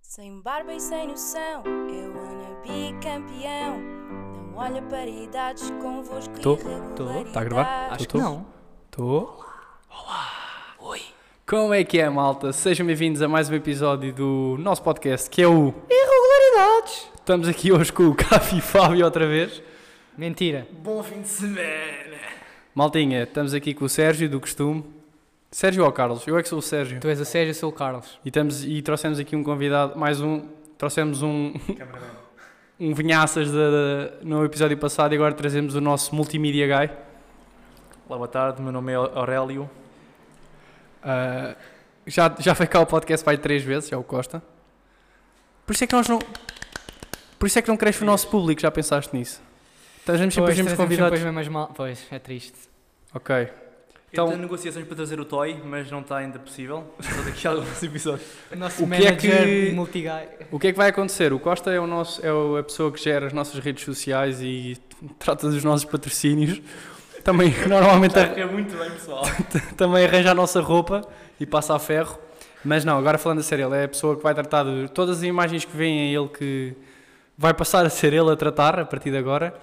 Sem barba e sem noção, eu ando bicampeão. Não olha para idades convosco. Tô, irregularidades. tô, tá a gravar? Acho Tô, que tô. não. Estou. Oi. Como é que é, malta? Sejam bem-vindos a mais um episódio do nosso podcast, que é o... Irregularidades. Estamos aqui hoje com o Cafi e Fábio outra vez. Mentira. Bom fim de semana. Maltinha, estamos aqui com o Sérgio, do costume. Sérgio ou Carlos? Eu é que sou o Sérgio. Tu és o Sérgio, eu sou o Carlos. E, estamos, e trouxemos aqui um convidado, mais um... Trouxemos um... um vinhaças da- da- no episódio passado e agora trazemos o nosso multimídia guy. Olá, boa tarde. Meu nome é Aurélio. Uh, já, já foi cá o podcast vai três vezes, já o Costa. Por isso é que nós não. Por isso é que não cresce o nosso público, já pensaste nisso? Trazemos Então sempre Pois, os mesmos trazemos sempre convidados. as mesmas mal- Pois, é triste. Ok. Então- Então, eu tenho negociações para trazer o Toy, mas não está ainda possível. Só daqui a alguns episódios. O nosso O que é manager que- multi-guy. O que é que vai acontecer? O Costa é, o nosso, é o- a pessoa que gera as nossas redes sociais e trata dos nossos patrocínios. Também normalmente a- é muito bem, pessoal. também arranja a nossa roupa e passa a ferro. Mas não, agora falando a sério, ele é a pessoa que vai tratar de todas as imagens que vêm é ele que vai passar a ser ele a tratar a partir de agora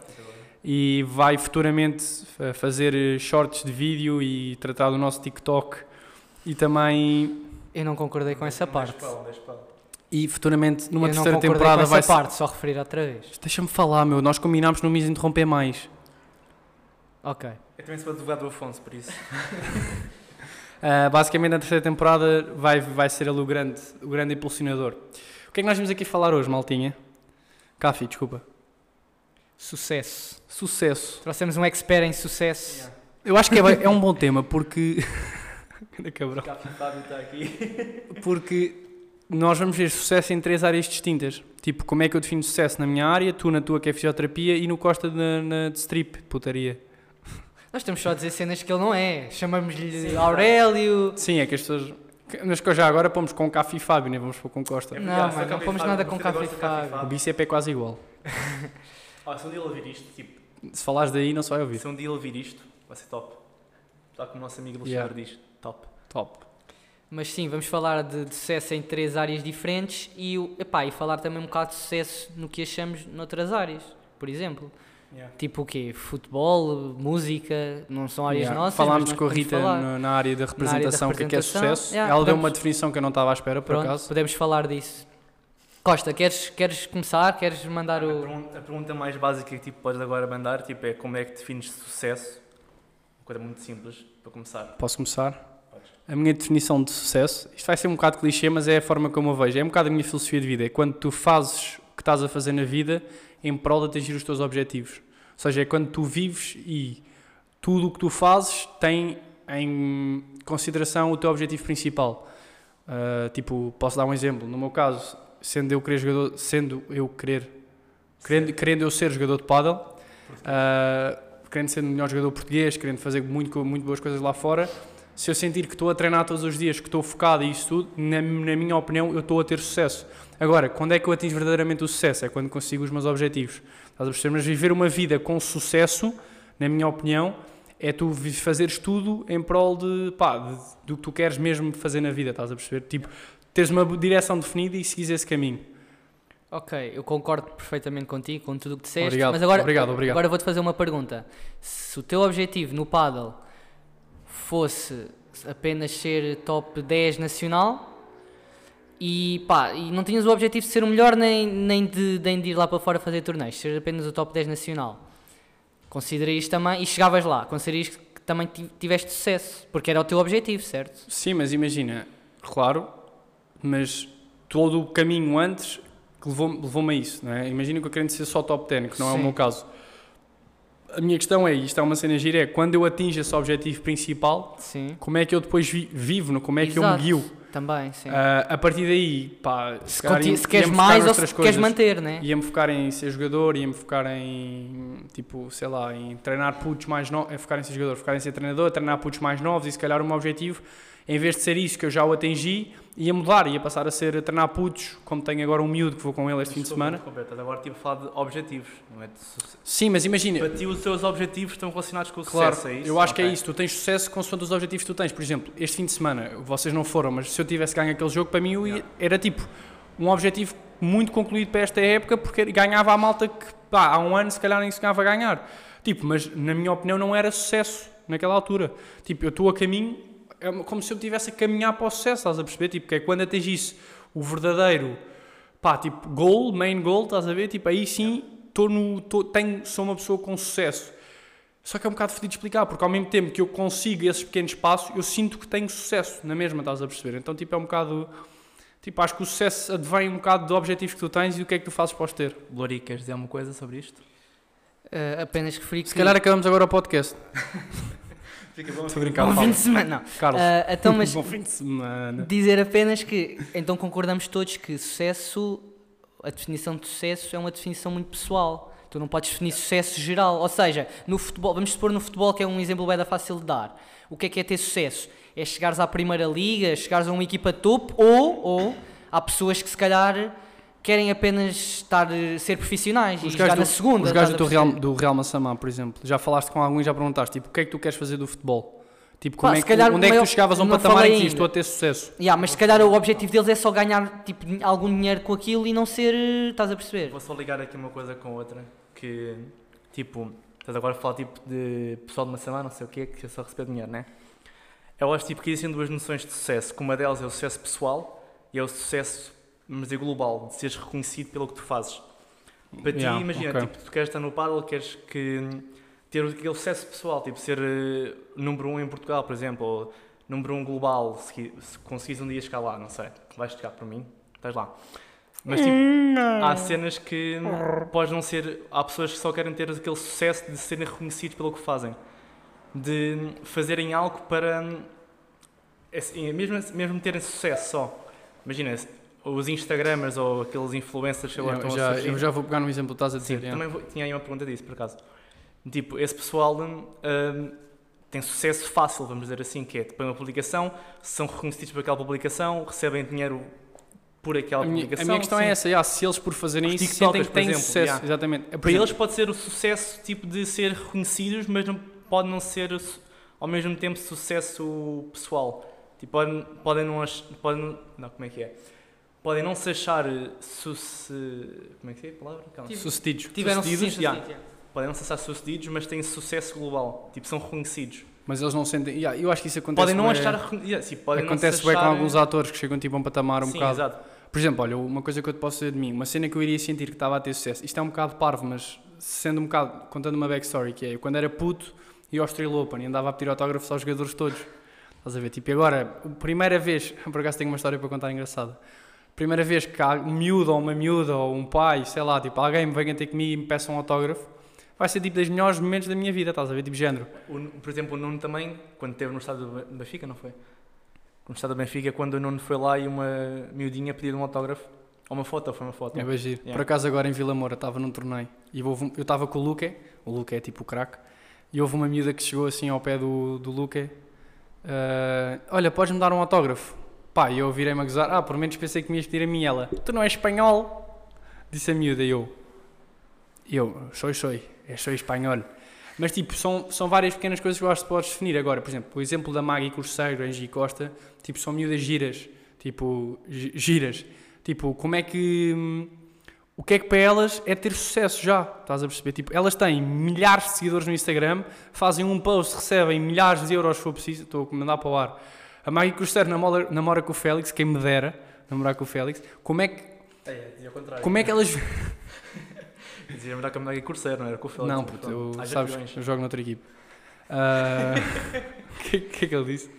e vai futuramente eh, fazer eh, shorts de vídeo e tratar do nosso TikTok e também Eu não concordei com essa parte. e futuramente numa eu não terceira concordei temporada com vai essa ser... parte, só referir outra vez. Deixa-me falar, meu, nós combinámos não me interromper mais. Ok. Eu também sou advogado do Afonso, por isso. Uh, basicamente, na terceira temporada vai, vai ser ele o grande, o grande impulsionador. O que é que nós vimos aqui falar hoje, Maltinha? Cafi, desculpa. Sucesso. Sucesso. Trouxemos um expert em sucesso. Eu acho que é, bem- é um bom tema porque. Ganda cabrão. Capi Fábio está aqui. Porque nós vamos ver sucesso em três áreas distintas. Tipo, como é que eu defino sucesso na minha área, tu na tua que é fisioterapia e no Costa na, na de strip, putaria. Nós estamos só a dizer cenas que ele não é. Chamamos-lhe Sim. Aurélio. Sim, é que as pessoas. que- Mas que eu já agora pomos com Cafi e Fábio, nem vamos pôr com Costa. Não, mano, não fomos nada com Capi Fábio. O bíceps é quase igual. Ah, se um dia ele ouvir isto, tipo, Se falares daí, não só eu ouvir. se um dia ele ouvir isto, vai ser top. Está como o nosso amigo Yeah. Alexandre diz. Top. Top. Mas sim, vamos falar de, de sucesso em três áreas diferentes e, o- epá, e falar também um bocado de sucesso no que achamos noutras áreas, por exemplo. Tipo o quê? Futebol, música, não são áreas Yeah. nossas. Falámos mas nós com a podemos Rita falar. no- na área da representação, o que é que é representação, sucesso. yeah, Ela deu uma podemos- definição que eu não estava à espera, por Pronto, acaso. podemos falar disso. Costa, queres, queres começar? Queres mandar A, o. pergunta, a pergunta mais básica que tipo, podes agora mandar tipo, é como é que defines sucesso? Uma coisa muito simples, para começar. Posso começar? A minha definição de sucesso, isto vai ser um bocado clichê, mas é a forma como eu vejo. É um bocado a minha filosofia de vida. É quando tu fazes o que estás a fazer na vida em prol de atingir os teus objetivos. Ou seja, é quando tu vives e tudo o que tu fazes tem em consideração o teu objetivo principal. Ah, tipo, posso dar um exemplo. No meu caso, sendo eu querer jogador, sendo eu querer, querendo, querendo eu ser jogador de pádel, ah, querendo ser o melhor jogador português, querendo fazer muito, co- muito boas coisas lá fora, se eu sentir que estou a treinar todos os dias, que estou focado e isso tudo, na, na minha opinião, eu estou a ter sucesso. Agora, quando é que eu atingo verdadeiramente o sucesso? É quando consigo os meus objetivos. Estás a perceber? Mas viver uma vida com sucesso, na minha opinião, é tu vi- fazeres tudo em prol de, pá, de- do que tu queres mesmo fazer na vida, estás a perceber? Tipo, teres uma bo- direção definida e seguires esse caminho. Ok, eu concordo perfeitamente contigo, com tudo o que disseste. Obrigado, mas agora, obrigado, obrigado. agora vou-te fazer uma pergunta. Se o teu objetivo no paddle fosse apenas ser top 10 nacional e pá, e não tinhas o objetivo de ser o melhor nem, nem, de, nem de ir lá para fora fazer torneios, ser apenas o top 10 nacional, considerarias também, e chegavas lá, considerarias que também ti- tiveste sucesso, porque era o teu objetivo, certo? Sim, mas imagina, claro, mas todo o caminho antes que levou- levou-me a isso, não é? Imagina que eu querendo ser só top 10, que não é o Sim. meu caso. A minha questão é, e isto é uma cena gira, é quando eu atingo esse objetivo principal, Sim. como é que eu depois vi- vivo, no- como é que eu me Exato, guio? Também, sim. Ah, a partir daí, pá, se, calhar conti- ia- se queres ia-me focar mais ou noutras se coisas. queres manter, né? Ia-me focar em ser jogador, ia-me focar em, tipo, sei lá, em treinar putos mais novos, em focar em ser jogador, focar em ser treinador, treinar putos mais novos e se calhar o meu objetivo, em vez de ser isso que eu já o atingi, ia mudar, ia passar a ser a treinar putos, como tenho agora um miúdo que vou com ele este fim de Desculpa, semana. desculpa, estás agora tipo, a falar de objetivos, não é de sucesso. Sim, mas imagina, Para ti, os teus objetivos estão relacionados com o claro, sucesso, é isso? eu acho que é Ok. isso, tu tens sucesso consoante os objetivos que tu tens. Por exemplo, este fim de semana, vocês não foram, mas se eu tivesse ganho aquele jogo, para mim eu ia- era tipo, um objetivo muito concluído para esta época, porque ganhava a malta que pá, há um ano se calhar nem sonhava ganhar. Tipo, mas na minha opinião não era sucesso naquela altura. Tipo, eu estou a caminho, é como se eu estivesse a caminhar para o sucesso, estás a perceber? Tipo, que é quando atingisse o verdadeiro, pá, tipo, goal, main goal, estás a ver? Tipo, aí sim, tô no, tô, tenho, sou uma pessoa com sucesso. Só que é um bocado fodido de explicar, porque ao mesmo tempo que eu consigo esses pequenos passos, eu sinto que tenho sucesso na mesma, estás a perceber? Então, tipo, é um bocado... Tipo, acho que o sucesso advém um bocado do objetivos que tu tens e o que é que tu fazes para os ter. Lori, queres dizer alguma coisa sobre isto? Ah, apenas referi que. Se calhar é acabamos agora o podcast. Fica bom. Estou a brincar, Bom fim de Paulo. semana, não. Carlos. um Ah, então, mas Bom fim de semana. dizer apenas que. Então concordamos todos que sucesso. A definição de sucesso é uma definição muito pessoal. Tu não podes definir sucesso geral. Ou seja, no futebol, vamos supor no futebol que é um exemplo bem fácil de dar. O que é que é ter sucesso? É chegares à primeira liga, chegares a uma equipa topo ou, ou há pessoas que se calhar querem apenas estar, eh, ser profissionais e jogar na do, segunda. os gajos estás a do, Real, perceber? do Real Massamá, por exemplo. Já falaste com algum e já perguntaste, tipo, o que é que tu queres fazer do futebol? Tipo, como Pá, é se que, calhar onde é que maior- tu chegavas a um não patamar em falei que dizes, ainda. estou a ter sucesso? Yeah, mas se calhar o objetivo deles é só ganhar tipo, algum dinheiro com aquilo e não ser. eh, Estás a perceber? Vou só ligar aqui uma coisa com outra, que tipo, estás agora a falar tipo de pessoal de Massamá, não sei o quê, que é só receber dinheiro, né? Eu acho tipo que existem duas noções de sucesso, que uma delas é o sucesso pessoal e é o sucesso, vamos dizer, global, de seres reconhecido pelo que tu fazes. Para Yeah, ti, imagina, ok. tipo, tu queres estar no paddle, queres que ter aquele sucesso pessoal, tipo ser eh, número um em Portugal, por exemplo, ou número um global, se, qui- se conseguires um dia chegar lá, não sei, vais chegar por mim, estás lá. Mas tipo, há cenas que podes não ser. Há pessoas que só querem ter aquele sucesso de serem reconhecidos pelo que fazem, de fazerem algo para. é assim, mesmo, mesmo terem sucesso só. Imagina, os Instagramers ou aqueles influencers que agora Eu estão a já, surgir. eu já vou pegar no exemplo que estás a dizer. então Sim, yeah. também vou- tinha aí uma pergunta disso, por acaso. Tipo, esse pessoal hum, hum, tem sucesso fácil, vamos dizer assim, que é põe uma publicação, são reconhecidos por aquela publicação, recebem dinheiro por aquela A minha, a publicação. minha questão sim. é essa, yeah, se eles por fazerem Os isso sentem TikTokers, que por têm exemplo, sucesso. yeah. Exatamente. É, por Para exemplo, eles pode ser o sucesso tipo de ser reconhecidos, mas não pode não ser o su- ao mesmo tempo sucesso pessoal. Tipo, podem, podem não ach- podem não, não, como é que é? Podem não se achar eh, suce, como é que é a palavra? Calma. sucedidos. Tiveram sucedidos, sucesso, yeah. yeah. Podem não se achar sucedidos, mas têm sucesso global. Tipo, são reconhecidos. Mas eles não sentem. yeah, eu acho que isso acontece. Podem não bué- achar recon- yeah, sim, podem não se Acontece bem com achar- eh, alguns atores que chegam tipo a um patamar um Sim, bocado. exato. Por exemplo, olha, uma coisa que eu te posso dizer de mim, uma cena que eu iria sentir que estava a ter sucesso, isto é um bocado parvo, mas sendo um bocado, contando uma backstory que é, eu quando era puto ia ao Australia Open e andava a pedir autógrafos aos jogadores todos. Estás a ver? Tipo, e agora, a primeira vez, por acaso tenho uma história para contar engraçada. Primeira vez que há um miúdo ou uma miúda ou um pai, sei lá, tipo, alguém me venha ter comigo e me peça um autógrafo, vai ser tipo dos melhores momentos da minha vida, estás a ver? Tipo, género. O- por exemplo, o Nuno também, quando esteve no estado do Be- Benfica, não foi? No estado do Benfica, quando o Nuno foi lá e uma miudinha pediu um autógrafo, ou uma foto, foi uma foto. É bem giro. Yeah. Por acaso agora em Vila Moura estava num torneio e houve um- eu estava com o Luque, o Luque é tipo o craque, e houve uma miúda que chegou assim ao pé do, do Luque, ah, olha, podes-me dar um autógrafo? Pá, e eu virei-me a gozar, ah, por menos pensei que me ias pedir a mim e ela, tu não és espanhol? Disse a miúda e eu, e eu, sou, sou, é sou espanhol. Mas tipo, são, são várias pequenas coisas que eu acho que podes definir agora, por exemplo, o exemplo da Maggie Corseiro, Angie Costa, tipo, são miúdas giras, tipo, gi- giras, Tipo, como é que. hum, O que é que para elas é ter sucesso já? Estás a perceber? Tipo, elas têm milhares de seguidores no Instagram, fazem um post, recebem milhares de euros se for preciso. Estou a mandar para o ar. A Maggie Costero namora, namora com o Félix, quem me dera namorar com o Félix. Como é que, É, é, dizia o contrário. como é que elas. Dizia melhor que a Menega e Corsair, não era com o Félix. Não, puto, eu, Há sabes, campeões. que eu jogo noutra equipe. Ah, O que, que é que ele disse?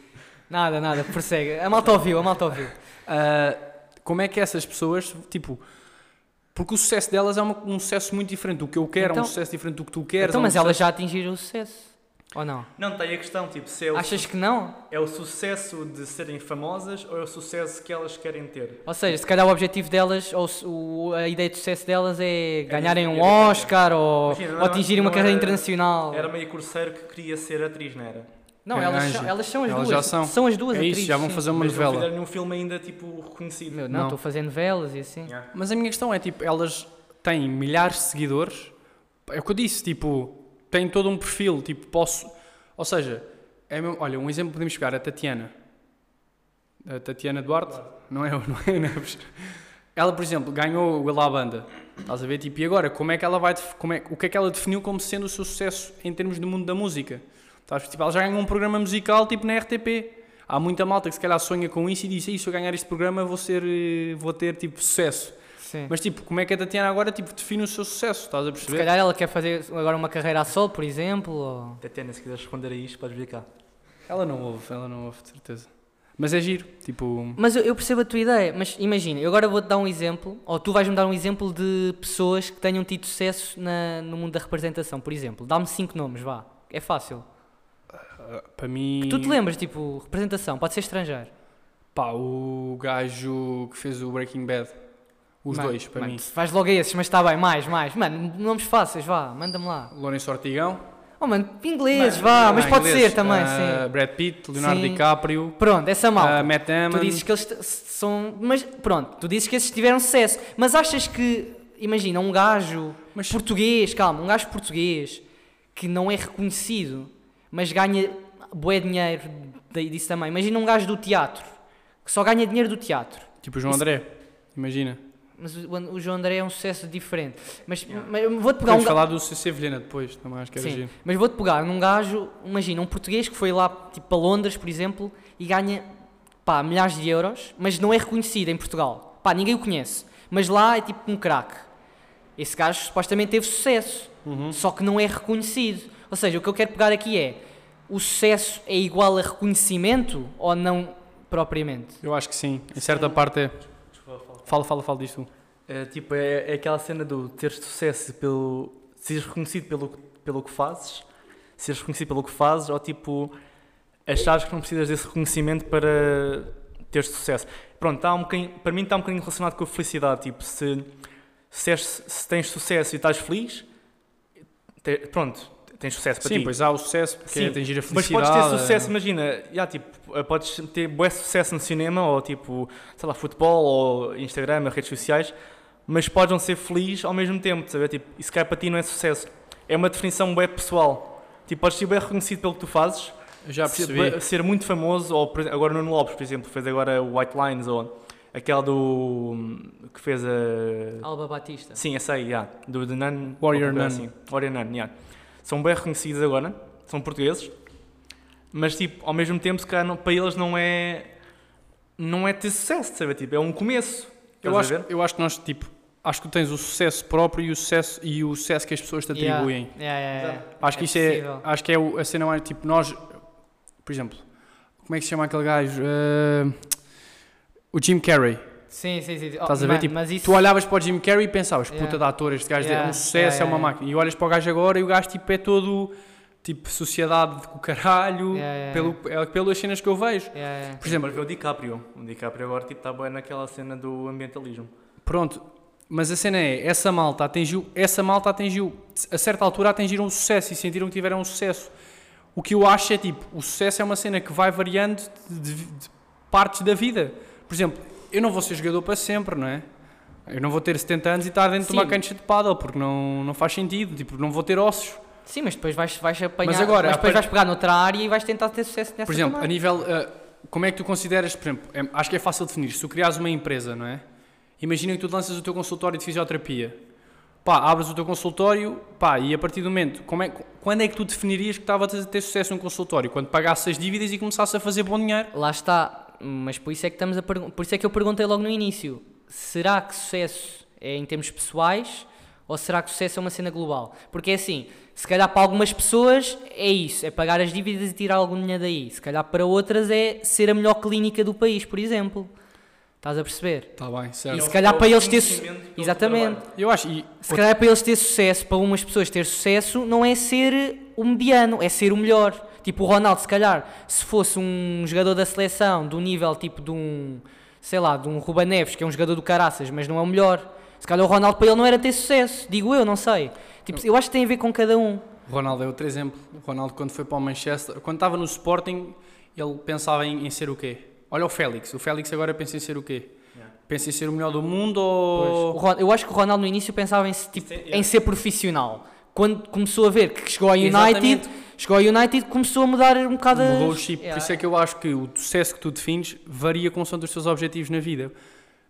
Nada, nada, prossegue. A malta ouviu, a malta ouviu. Ah, como é que essas pessoas, tipo, porque o sucesso delas é uma- um sucesso muito diferente do que eu quero, é Então- um sucesso diferente do que tu queres. Então, é um mas elas já atingiram o sucesso. Ou não? Não, está aí a questão, tipo, se é o, Achas que não? é o sucesso de serem famosas ou é o sucesso que elas querem ter? Ou seja, se calhar o objetivo delas, ou se- o- a ideia de sucesso delas é ganharem um é ganhar. Oscar ou, Imagina, não ou era- atingirem uma não carreira era- internacional. Era meio Corsair que queria ser atriz, não era? Não, É, elas, Angie. são, elas são as Elas duas. já são. as duas É atrizes. isso, já vão sim. fazer uma Mas não novela. fizeram nenhum filme ainda, tipo, reconhecido. Meu, não, Não. estou a fazer novelas e assim. Yeah. Mas a minha questão é, tipo, elas têm milhares de seguidores. É o que eu disse, tipo, têm todo um perfil, tipo, posso... Ou seja, é mesmo- olha, um exemplo podemos pegar, a Tatiana. A Tatiana Duarte. Não é, não é, não é Ela, por exemplo, ganhou o Ela Banda. Estás a ver? Tipo, e agora? Como é que ela vai. def- Como é, o que é que ela definiu como sendo o seu sucesso em termos do mundo da música? Estás, tipo, ela já ganhou um programa musical tipo na RTP. Há muita malta que se calhar sonha com isso e diz: "Ei, se eu ganhar este programa vou, ser, eh, vou ter tipo sucesso. Sim. Mas tipo, como é que a Tatiana agora tipo, define o seu sucesso? Estás a Se perceber? calhar ela quer fazer agora uma carreira a sol, por exemplo, ou... Tatiana, se quiseres responder a isto, podes vir cá. Ela não ouve, ela não ouve, de certeza. Mas é giro, tipo. Mas eu, eu percebo a tua ideia, mas imagina, eu agora vou-te dar um exemplo, ou tu vais-me dar um exemplo de pessoas que tenham tido sucesso na- no mundo da representação, por exemplo. Dá-me cinco nomes, vá. É fácil. ah, Para mim. Que tu te lembras, tipo, representação, pode ser estrangeiro. Pá, o gajo que fez o Breaking Bad. Os Mano, dois, para mano, mim. Vais logo a esses, mas está bem, mais, mais. Mano, nomes fáceis, vá, manda-me lá. Lourenço Ortigão. Oh, mano, ingleses, vá, mas Ah, pode ingleses. ser também, Ah, sim. Brad Pitt, Leonardo Sim. DiCaprio, Pronto, essa malta. ah, Matt Tu Damon. dizes que eles t- são. Mas pronto, tu dizes que esses tiveram sucesso. Mas achas que. Imagina, um gajo Mas- português, calma, um gajo português que não é reconhecido, mas ganha bué dinheiro daí disso também. Imagina um gajo do teatro que só ganha dinheiro do teatro. Tipo o João Isso- André. Imagina. Mas o, o João André é um sucesso diferente. Mas, mas eu vou-te pegar um Podemos gajo. falar do CC Vilhena depois, também acho que era Sim, giro. mas vou-te pegar num gajo, imagina, um português que foi lá tipo para Londres, por exemplo, e ganha pá, milhares de euros, mas não é reconhecido em Portugal. Pá, ninguém o conhece. Mas lá é tipo um craque. Esse gajo supostamente teve sucesso, Uhum. só que não é reconhecido. Ou seja, o que eu quero pegar aqui é: o sucesso é igual a reconhecimento ou não propriamente? Eu acho que sim. Em certa parte é. Fala, fala, fala disto. tu. É, tipo, é, é aquela cena do ter sucesso pelo. seres reconhecido pelo, pelo que fazes, seres reconhecido pelo que fazes, ou tipo, achares que não precisas desse reconhecimento para ter sucesso. Pronto, tá um bocadinho, para mim está um bocadinho relacionado com a felicidade. Tipo, se, se, és- se tens sucesso e estás feliz, te- pronto, tens sucesso para Sim, ti. pois há o sucesso, porque é Sim, atingir a felicidade. Mas podes ter sucesso, é- imagina, já, tipo, eh, podes ter bué sucesso no cinema ou tipo, sei lá, futebol ou Instagram, redes sociais, mas podes não ser feliz ao mesmo tempo, sabe? Tipo, isso cá para ti não é sucesso. É uma definição bué pessoal. Tipo, podes ser bué reconhecido pelo que tu fazes, Eu Já ser, percebi. bué- ser muito famoso, ou por exemplo, agora o Nuno Lopes, por exemplo, fez agora o White Lines ou aquela do. hum, que fez a. Alba Batista. Sim, essa aí, yeah. do The Nun. Warrior ou qualquer coisa Nun. Warrior Nun, yeah. São bem reconhecidos agora, são portugueses, mas tipo, ao mesmo tempo, se calhar, não- para eles não é. não é ter sucesso, sabe? Tipo, é um começo. Eu estás acho, a ver? eu acho que nós, tipo, acho que tens o sucesso próprio e o sucesso, e o sucesso que as pessoas te Yeah, atribuem. yeah, yeah, yeah. Acho que isso é, possível. acho que é o- a cena mais tipo nós, por exemplo, como é que se chama aquele gajo? Ah, o Jim Carrey. Sim, sim, sim. sim. Oh, Estás a ver? mano, Tipo, mas isso... Tu olhavas para o Jim Carrey e pensavas, Yeah. puta de ator, este gajo é Yeah, um sucesso, é yeah, uma yeah. máquina. E olhas para o gajo agora e o gajo tipo, é todo tipo sociedade do caralho, Yeah, yeah, Pelo, é pelas cenas que eu vejo. Yeah, yeah. Por exemplo, Mas vê o DiCaprio. O DiCaprio agora tipo, está bem naquela cena do ambientalismo. Pronto, mas a cena é, essa malta atingiu, essa malta atingiu, a certa altura atingiram um sucesso e sentiram que tiveram um sucesso. O que eu acho é tipo, o sucesso é uma cena que vai variando de, de- de partes da vida. Por exemplo, eu não vou ser jogador para sempre, não é? Eu não vou ter 70 anos e estar dentro de uma Sim. cancha de paddle, porque não, não faz sentido, tipo, não vou ter ossos. Sim, mas depois vais, vais apanhar. Mas agora, depois a vais pegar noutra área e vais tentar ter sucesso nessa Por exemplo, a também. é nível. ah, como é que tu consideras, por exemplo, é- acho que é fácil definir. Se tu criares uma empresa, não é? Imagina que tu lanças o teu consultório de fisioterapia. Pá, abres o teu consultório, pá, e a partir do momento, como é, que- quando é que tu definirias que estavas a ter sucesso num consultório? Quando pagasses as dívidas e começasses a fazer bom dinheiro? Lá está. Mas por isso é que estamos a pergun- Por isso é que eu perguntei logo no início: será que sucesso é em termos pessoais ou será que sucesso é uma cena global? Porque é assim, se calhar para algumas pessoas é isso, é pagar as dívidas e tirar algum dinheiro daí. Se calhar para outras é ser a melhor clínica do país, por exemplo. Estás a perceber? Está Tá bem, E certo. se calhar é o para eles ter. su- reconhecimento pelo teu Exatamente. trabalho. Eu acho, e Se calhar é para eles ter sucesso, para umas pessoas ter sucesso, não é ser o mediano, é ser o melhor. Tipo o Ronaldo, se calhar, se fosse um jogador da seleção do nível tipo de um, sei lá, de um Ruba Neves, que é um jogador do caraças, mas não é o melhor. Se calhar o Ronaldo para ele não era ter sucesso, digo eu, não sei. Tipo, eu acho que tem a ver com cada um. O Ronaldo é outro exemplo. O Ronaldo, quando foi para o Manchester, quando estava no Sporting, ele pensava em, em ser o quê? Olha o Félix. O Félix agora pensa em ser o quê? Pensa em ser o melhor do mundo ou. O Ron- Eu acho que o Ronaldo no início pensava em, se- tipo, é- em ser profissional. Quando começou a ver que chegou ao United, Exatamente. chegou ao United começou a mudar um bocado as- Mudou o chip. é Yeah. Por isso é que eu acho que o sucesso que tu defines varia com dos teus objetivos na vida.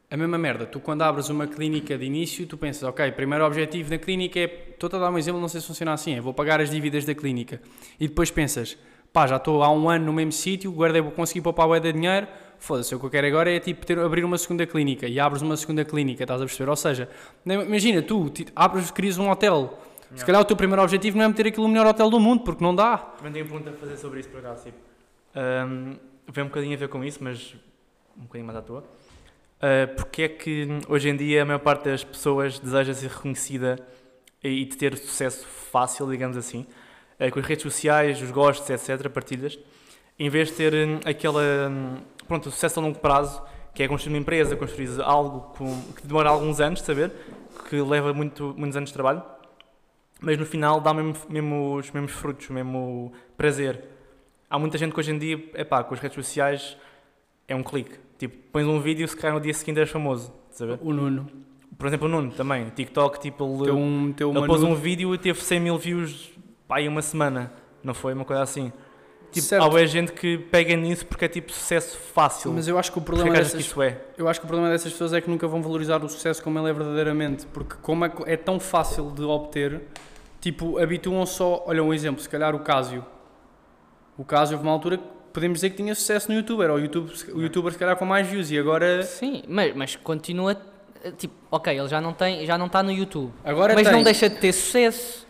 a mesma merda. Tu, quando abres uma clínica de início, tu pensas, ok, primeiro objetivo da clínica é. Estou a dar um exemplo, não sei se funciona assim, é vou pagar as dívidas da clínica. E depois pensas, pá, já estou há um ano no mesmo sítio, guardei, vou conseguir poupar o de dinheiro, foda-se, o que eu quero agora é tipo ter, abrir uma segunda clínica. E abres uma segunda clínica, estás a perceber? Ou seja, nem- imagina, tu ti- abres, crias um hotel. Se calhar o teu primeiro objetivo não é meter aquilo no melhor hotel do mundo, porque não dá. Também tenho uma pergunta a fazer sobre isso por acaso, tipo. Ahm, vem um bocadinho a ver com isso, mas um bocadinho mais à toa. Ah, porque é que hum, hoje em dia a maior parte das pessoas deseja ser reconhecida e de ter sucesso fácil, digamos assim, ah, com as redes sociais, os gostos, etc., partilhas, em vez de ter hum, aquela. hum, pronto, o sucesso a longo prazo, que é construir uma empresa, construir algo com- que demora alguns anos, saber, que leva muito, muitos anos de trabalho, mas no final dá mesmo, mesmo os mesmos frutos, o mesmo prazer. Há muita gente que hoje em dia, epá, com as redes sociais é um clique. Tipo, pões um vídeo e se calhar no dia seguinte és famoso. Sabe? O Nuno. Por exemplo, o Nuno também, TikTok, tipo, ele, Teu, um, teu ele Manu- pôs um vídeo e teve 100 mil views pá, em uma semana. Não foi uma coisa assim. Tipo, Certo. há bué gente que pega nisso porque é tipo sucesso fácil. Mas eu acho que o Porquê problema que achas que dessas isso é? Eu acho que o problema dessas pessoas é que nunca vão valorizar o sucesso como ele é verdadeiramente, porque como é, co- é tão fácil de obter, tipo, habituam só, olha um exemplo, se calhar o Cásio. O Cásio houve uma altura que podemos dizer que tinha sucesso no YouTube, era o, YouTube, o youtuber se calhar com mais views e agora, Sim, mas, mas continua. eh, Tipo, ok, ele já não tem, já não está no YouTube. agora mas tem. não deixa de ter sucesso.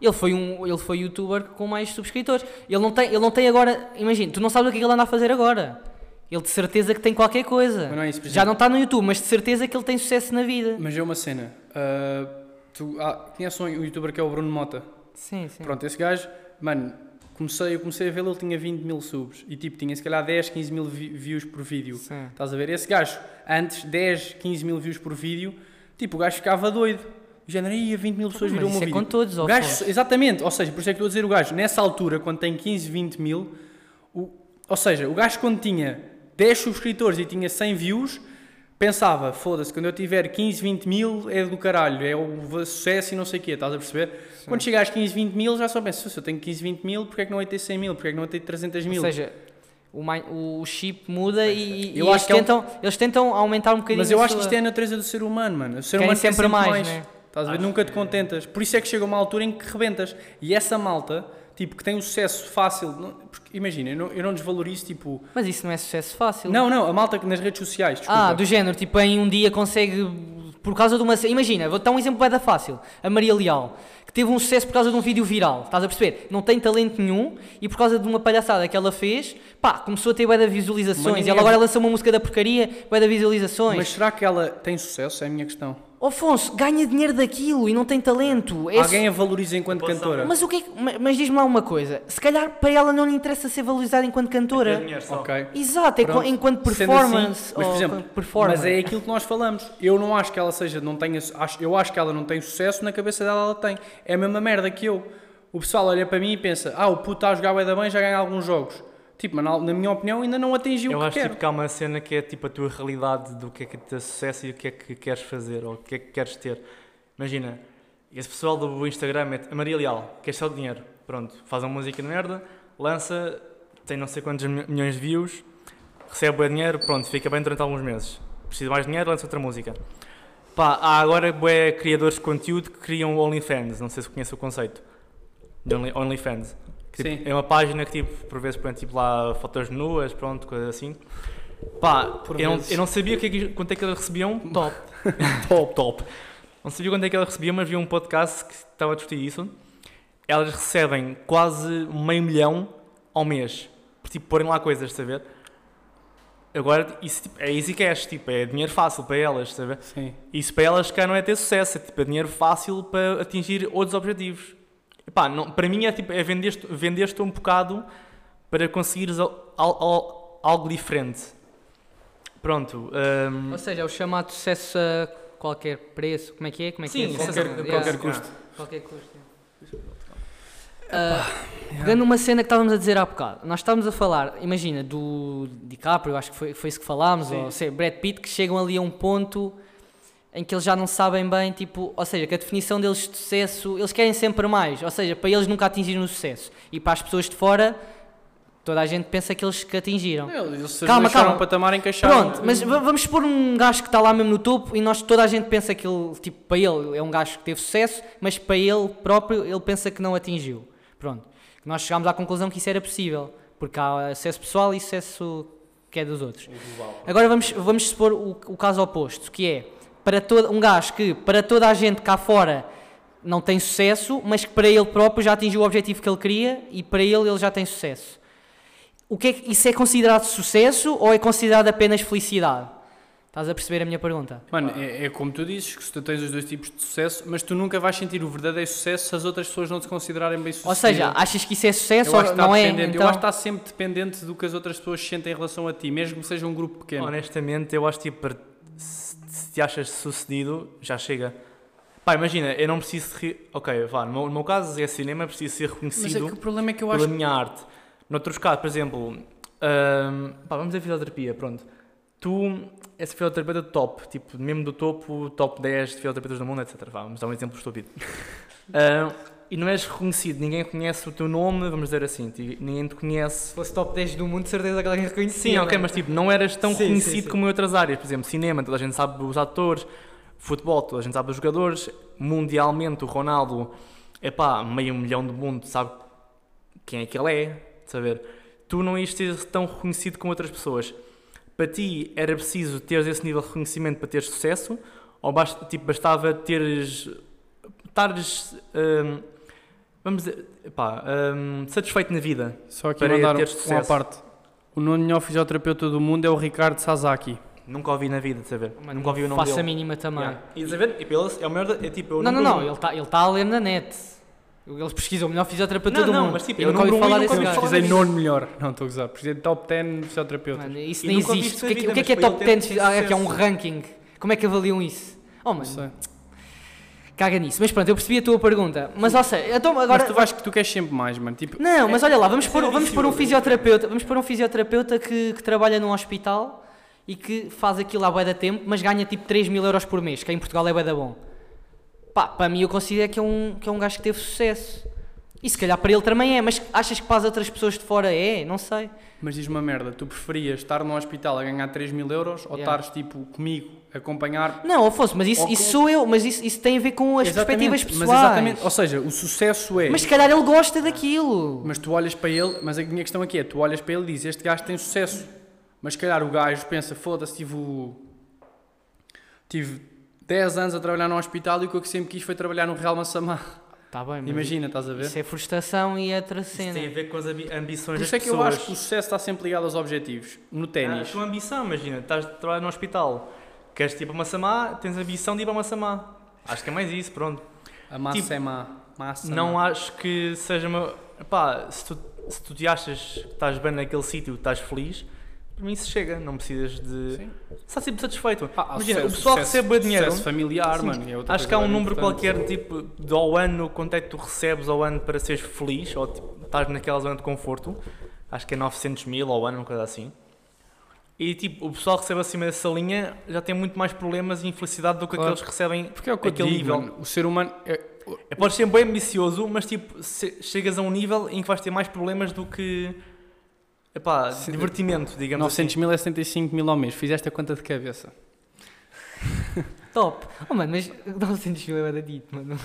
Ele foi um, ele foi youtuber com mais subscritores. Ele não tem, ele não tem agora, imagina, tu não sabes o que é que ele anda a fazer agora. Ele de certeza que tem qualquer coisa. Mas não é isso, por Já exemplo. não está no YouTube, mas de certeza que ele tem sucesso na vida. Mas é uma cena. ah, tu, ah, conheces um youtuber que é o Bruno Mota? Sim, sim. Pronto, esse gajo, mano, comecei, eu comecei a vê-lo, ele tinha 20 mil subs e tipo, tinha se calhar 10, 15 mil vi- views por vídeo. Sim. Estás a ver? Esse gajo, antes 10, 15 mil views por vídeo, tipo, o gajo ficava doido. O género, ia 20 mil pessoas Mas viram o meu isso é vídeo. com todos, o ó, gajo, Afonso. Exatamente, ou seja, por isso é que estou a dizer o gajo, nessa altura, quando tem 15, 20 mil, o- ou seja, o gajo quando tinha 10 subscritores e tinha 100 views, pensava, foda-se, quando eu tiver 15, 20 mil é do caralho, é o v- sucesso e não sei o quê, estás a perceber? Quando chega às 15, 20 mil, já só pensa, se eu tenho 15, 20 mil, porque é que não hei ter 100 mil, porque é que não hei ter 300 mil? Ou seja, o, mai- o chip muda e, e Eu eles, acho que é um- tentam, eles tentam aumentar um bocadinho Mas eu a acho que sua- isto é a natureza do ser humano, mano. O ser Querem humano quer sempre mais, né? Estás a ver? Nunca te contentas. Por isso é que chega uma altura em que rebentas. E essa malta, tipo, que tem o sucesso fácil. não- porque, imagina, eu não, eu não desvalorizo, tipo. Mas isso não é sucesso fácil. Não, não, a malta que nas redes sociais. Desculpa. Ah, do género, tipo, em um dia consegue, por causa de uma. ce- Imagina, vou dar um exemplo bem da fácil. A Maria Leal, que teve um sucesso por causa de um vídeo viral, estás a perceber? Não tem talento nenhum e por causa de uma palhaçada que ela fez, pá, começou a ter bué de Mas visualizações. ninguém- E ela agora lançou uma música da porcaria, bué de visualizações. Mas será que ela tem sucesso? É a minha questão. Afonso, ganha dinheiro daquilo e não tem talento. É Alguém a valoriza enquanto Posso- cantora. Mas o que é que- ma- Mas diz-me lá uma coisa, se calhar para ela não lhe interessa ser valorizada enquanto É cantora. dinheiro só. Ok. Exato, é co- Pronto. enquanto Sendo performance. assim, mas, por ou exemplo, enquanto performance. mas é aquilo que nós falamos. Eu não acho que ela seja, não tenha, su- acho- eu acho que ela não tem sucesso, na cabeça dela ela tem. É a mesma merda que eu. O pessoal olha para mim e pensa: ah, o puto está a jogar bué da bem, já ganha alguns jogos. Tipo, mas na, na minha opinião ainda não atingiu Eu o que acho quer. tipo, que há uma cena que é tipo a tua realidade do que é que te dá sucesso e o que é que queres fazer ou o que é que queres ter. Imagina, esse pessoal do Instagram é a Maria Leal, quer só dinheiro. Pronto, faz uma música de merda, lança, tem não sei quantos mi- milhões de views, recebe bem dinheiro, pronto, fica bem durante alguns meses. Precisa mais de dinheiro, lança outra música. Pá, há agora bué criadores de conteúdo que criam OnlyFans, não sei se conhece o conceito de Only- OnlyFans. Que, tipo, Sim. é uma página que tipo, por vezes põe tipo, lá fotos nuas, pronto, coisa assim. Pá, Por eu, não, vezes. eu não sabia o que é que- quanto é que eles recebiam. Top. top, top. Não sabia quanto é que eles recebiam, mas vi um podcast que estava a discutir isso. Elas recebem quase meio milhão ao mês. Por tipo, porem lá coisas, saber? Agora, isso tipo, é easy cash, tipo, é dinheiro fácil para elas, saber? Sim. Isso para elas cá não é ter sucesso, é tipo, é dinheiro fácil para atingir outros objetivos. Epá, não, para mim é tipo, é vendeste, vendeste um bocado para conseguires al- al- al- algo diferente. Pronto. hum, Ou seja, é o chamado sucesso a qualquer preço. Como é que é? Como é que Sim, é? qualquer- Sucesso a- qualquer Yeah. custo. Qualquer custo. Ah, Pegando uma cena que estávamos a dizer há bocado, nós estávamos a falar, imagina, do DiCaprio, acho que foi, foi isso que falámos, ou sei, Brad Pitt, que chegam ali a um ponto em que eles já não sabem bem, tipo, ou seja, que a definição deles de sucesso, eles querem sempre mais, ou seja, para eles nunca atingirem o sucesso. E para as pessoas de fora, toda a gente pensa que eles que É, atingiram. Eles se Calma, deixaram calma. um patamar encaixaram. Pronto, mas va- vamos pôr um gajo que está lá mesmo no topo e nós toda a gente pensa que ele, tipo, para ele é um gajo que teve sucesso, mas para ele próprio ele pensa que não atingiu. Pronto. Nós chegámos à conclusão que isso era possível, porque há sucesso pessoal e sucesso que é dos outros. Agora vamos, vamos supor o, o caso oposto, que é para todo, um gajo que para toda a gente cá fora não tem sucesso, mas que para ele próprio já atingiu o objetivo que ele queria e para ele ele já tem sucesso. O que é que- isso é considerado sucesso ou é considerado apenas felicidade? Estás a perceber a minha pergunta? Mano, é, é como tu dizes, que se tu tens os dois tipos de sucesso, mas tu nunca vais sentir o verdadeiro sucesso se as outras pessoas não te considerarem bem sucedido. Ou seja, achas que isso é sucesso eu ou acho que está não é? dependente. Então, Eu acho que está sempre dependente do que as outras pessoas sentem em relação a ti, mesmo que seja um grupo pequeno. Honestamente, eu acho tipo, para- se se te achas sucedido, já chega. Pá, imagina, eu não preciso. Re... Ok, vá, no meu, no meu caso é cinema, eu preciso ser mas é que reconhecido o problema é que eu pela acho minha arte. Noutros casos, por exemplo, hum, pá, vamos dizer fisioterapia, pronto. Tu és fisioterapeuta top, tipo, mesmo do topo, top 10 de fisioterapeutas do mundo, etc. Vá, vamos dar um exemplo estúpido. Hum, e não és reconhecido, ninguém conhece o teu nome, vamos dizer assim, ti- ninguém te conhece. fosse top 10 do mundo, de certeza que alguém reconhecia. é? Sim, ok, mas tipo, não eras tão Sim, sim, reconhecido sim. como em outras áreas. Por exemplo, cinema, toda a gente sabe os atores, futebol, toda a gente sabe os jogadores. Mundialmente, o Ronaldo, é pá, meio milhão do mundo sabe quem é que ele é, de saber? Tu não ias ser tão reconhecido como outras pessoas. Para ti, era preciso teres esse nível de reconhecimento para ter sucesso? Ou basta, tipo, bastava teres. estares. hum, vamos dizer. pá, hum, satisfeito na vida? Só aqui para mandar um- uma ter sucesso. parte. O nono melhor fisioterapeuta do mundo é o Ricardo Sasaki. Nunca ouvi na vida, de saber? Nunca ouvi o nome Faço dele. a mínima também. Yeah. E estás a ver? Tipo, ele é o melhor. da- É, tipo, é o Não, não, número não, um. ele está ele tá a ler na net. Eles pesquisam o melhor fisioterapeuta Não, do não, mundo. mas, tipo, eu eu nunca ouvi número um e falar nunca desse ouvi gajo. falar Pesquisei nono melhor. Não, estou a gozar. Pesquisei top 10 fisioterapeutas. Mano, isso E nem nunca ouvi existe. isto O que, é na que- vida, o que é mas que é para ele top ter 10? Ah, é que é um sucesso. ranking. Como é que avaliam isso? Oh, Não mano, sei. caga nisso. Mas pronto, eu percebi a tua pergunta. Mas, ou seja, então agora... Mas tu vais que tu queres sempre mais, mano. Tipo, Não, mas olha lá, vamos pôr, é vamos pôr um vicioso. fisioterapeuta, vamos pôr um fisioterapeuta que, que trabalha num hospital e que faz aquilo à bué da tempo, mas ganha tipo 3 mil euros por mês, que em Portugal é bué da bom. Pá, para mim eu considero que é, um, que é um gajo que teve sucesso. E se calhar para ele também é, mas achas que para as outras pessoas de fora é? Não sei. mas diz uma merda. Tu preferias estar num hospital a ganhar 3 mil euros ou Yeah. estares tipo comigo, a acompanhar? Não, Afonso, mas isso, Ou isso com- sou eu, mas isso, isso tem a ver com as Exatamente, perspectivas mas pessoais. exatamente. Ou seja, o sucesso é. Mas se calhar ele gosta daquilo. Mas tu olhas para ele, mas a minha questão aqui é, tu olhas para ele e dizes, este gajo tem sucesso. Mas se calhar o gajo pensa, foda-se, tive, o- tive 10 anos a trabalhar num hospital e o que eu sempre quis foi trabalhar no Real Massamá. Tá bem, mas Imagina, estás a ver? isso é frustração e é outra Isso cena. tem a ver com as ambi- ambições Por das isso é que eu pessoas. acho que o sucesso está sempre ligado aos objetivos. No Ah, A ténis. tua ambição, imagina, estás a trabalhar no hospital, queres tipo a Massamá, tens a ambição de ir para Massamá. Acho que é mais isso, pronto. a massa tipo, é má. Massa Não má. acho que seja uma. Pá, se tu, se tu te achas que estás bem naquele sítio, estás feliz, para mim isso chega, não precisas de. Sim. Está sempre satisfeito. Ah, há imagina, sucesso- o pessoal sucesso- recebe o dinheiro. Sucesso familiar, Sim. mano. é outra Acho coisa que há um bem número importante. qualquer, tipo, de ao ano, quanto é que tu recebes ao ano para seres feliz, ou tipo, estás naquela zona de conforto, acho que é 900 mil ao ano, uma coisa assim. E tipo, o pessoal que recebe acima dessa linha já tem muito mais problemas e infelicidade do que Claro. aqueles que recebem. Porque é o que eu te Aquele digo, nível. mano, o ser humano... é- É, Podes ser bem ambicioso, mas tipo, se- chegas a um nível em que vais ter mais problemas do que. Epá, Sim. divertimento, digamos assim. 900 mil é 75 mil ao mês. Fizeste a conta de cabeça. Top. Oh, mano, mas 900 mil é dito, mano.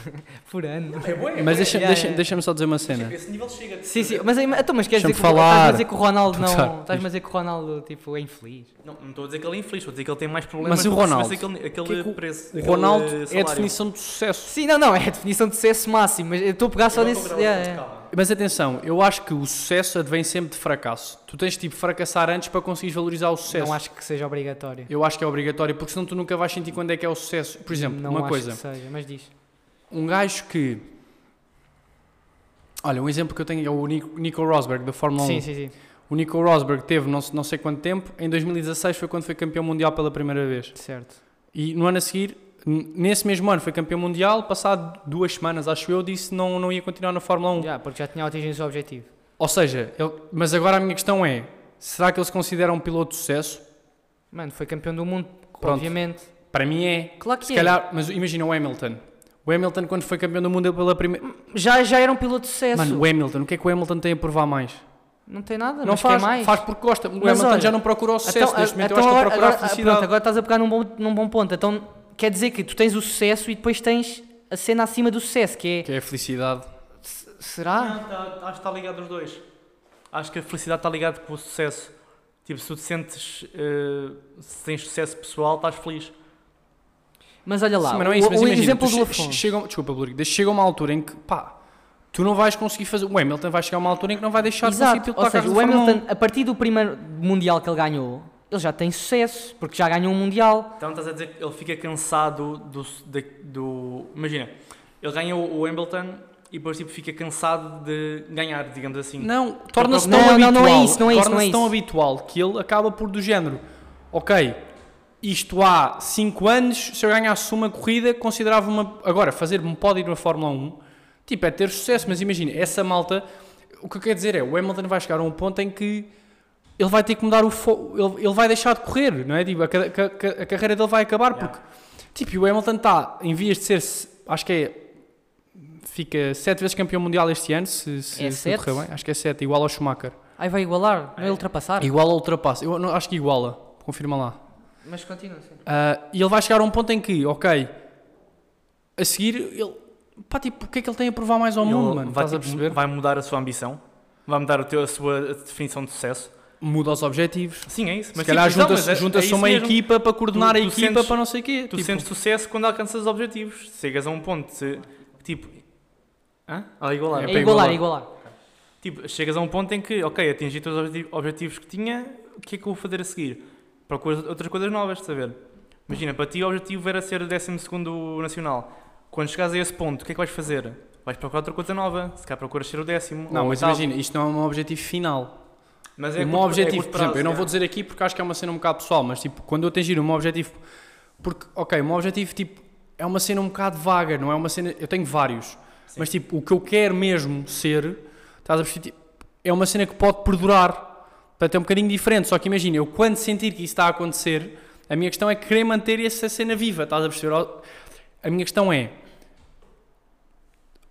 Por ano. assim. É bom, Mas deixa- yeah, deixa- yeah. deixa-me só dizer uma cena. Esse nível chega. de- Sim, sim. Mas, aí- então, mas queres Deixa-me dizer que, falar. estás a dizer que o Ronaldo Estou a gozar. não... Estás-me a dizer que o Ronaldo, tipo, é infeliz. Não, não estou a dizer que ele é infeliz, estou a dizer que ele tem mais problemas Mas e o do que se Ronaldo? tivesse Aquele, aquele Que é que o- preço. O aquele eh, Ronaldo é a salário. definição de sucesso. Sim, não, não. É a definição de sucesso máximo. Mas eu estou a pegar só nesse... yeah, yeah. Mas atenção, eu acho que o sucesso advém sempre de fracasso. Tu tens tipo fracassar antes para conseguires valorizar o sucesso. Não acho que seja obrigatório. Eu acho que é obrigatório, porque senão tu nunca vais sentir quando é que é o sucesso. Por exemplo, não uma acho coisa, que seja, mas diz. um gajo que. Olha, um exemplo que eu tenho é o Nico, Nico Rosberg, da Fórmula 1. Sim, sim, sim. O Nico Rosberg teve não, se- não sei quanto tempo, em 2016 foi quando foi campeão mundial pela primeira vez. Certo. E no ano a seguir, n- nesse mesmo ano foi campeão mundial, passado duas semanas, acho eu, disse não não ia continuar na Fórmula 1. Já, porque já tinha atingido o seu objetivo. Ou seja, ele- mas agora a minha questão é: será que ele se considera um piloto de sucesso? Mano, foi campeão do mundo, Pronto. obviamente. Para mim é. Claro que Se é. calhar, mas imagina o Hamilton. O Hamilton, quando foi campeão do mundo, ele pela primeira. é. Já, já era um piloto de sucesso. Mano, o Hamilton, o que é que o Hamilton tem a provar mais? Não tem nada, Não mas faz, quer mais. faz porque gosta. O Mas Hamilton olha, já não procura o sucesso, neste momento eu acho que ele Então, agora, procura agora- a ah, felicidade. pronto, agora estás a pegar num bom, num bom ponto. Então quer dizer que tu tens o sucesso e depois tens a cena acima do sucesso, que é. Que é a felicidade. S- Será? Não, tá- acho que está ligado os dois. Acho que a felicidade está ligada com o sucesso. Tipo, se tu te sentes. eh, se tens sucesso pessoal, estás feliz. Mas olha lá, Sim, mas não é o- isso, mas o, imagina, exemplo tu do che- Afonso. chega, desculpa, Rodrigo, chega uma altura em que, pá, tu não vais conseguir fazer, o Hamilton vai chegar a uma altura em que não vai deixar de um Exato, conseguir ou pilotar seja, carros o de Fórmula um. Hamilton, a partir do primeiro Mundial que ele ganhou, ele já tem sucesso, porque já ganhou um Mundial. Então estás a dizer que ele fica cansado do. da- do- imagina, ele ganha o o Wimbledon e depois tipo, fica cansado de ganhar, digamos assim. 1. Não, torna-se tão Não, habitual, não, não é isso, não é isso, não é torna-se tão isso. habitual que ele acaba por do género, ok, isto há 5 anos, se eu ganhasse uma corrida, considerava uma, agora, fazer-me um pódio na Fórmula 1, tipo, é ter sucesso, mas imagina, essa malta, o que eu quero dizer é, o Hamilton vai chegar a um ponto em que ele vai ter que mudar o fo- ele, ele vai deixar de correr, não é? Tipo, a, ca- ca- ca- a carreira dele vai acabar Yeah. porque tipo, e o Hamilton está em vias de ser, se- acho que é fica sete vezes campeão mundial este ano, se, se, É se sete? correu bem, acho que é sete, igual ao Schumacher. Aí vai igualar, não é ultrapassar. Igual ao ultrapassa. Eu não, acho que iguala, confirma lá. Mas continua assim. Ah, e ele vai chegar a um ponto em que, ok, a seguir ele pá, tipo, o que é que ele tem a provar mais ao Ele mundo, mano? vai, Estás a tipo, perceber? vai mudar a sua ambição, vai mudar o teu, a sua definição de sucesso. Muda os objetivos. Sim, é isso. se calhar tipo, não, junta-se mas é- junta-se é uma isso mesmo. equipa para coordenar Tu- a tu equipa sentes- para não sei o quê. Tu Tipo, sentes sucesso quando alcanças os objetivos. Chegas a um ponto, se- tipo. Hã? Ah, igual É É para igualar. igualar, é igualar. Tipo, chegas a um ponto em que, ok, atingi todos os objeti- objetivos que tinha, o que é que eu vou fazer a seguir? Procuras outras coisas novas, de saber? Imagina, para ti o objetivo era ser 12 nacional. Quando chegares a esse ponto, o que é que vais fazer? Vais procurar outra coisa nova, se calhar procuras ser o décimo. Não, ou o mas oitavo. imagina, isto não é um objetivo final. Mas o é meu curto- é objetivo, curto por exemplo, prazo, eu não é. vou dizer aqui porque acho que é uma cena um bocado pessoal, mas tipo, quando eu atingir o meu objetivo, porque, ok, o meu objetivo, tipo, é uma cena um bocado vaga, não é uma cena, eu tenho vários, mas tipo, o que eu quero mesmo ser, estás a perceber, tipo, é uma cena que pode perdurar, portanto é um bocadinho diferente, só que imagina, eu quando sentir que isso está a acontecer, a minha questão é querer manter essa cena viva, estás a perceber, Ó, a minha questão é,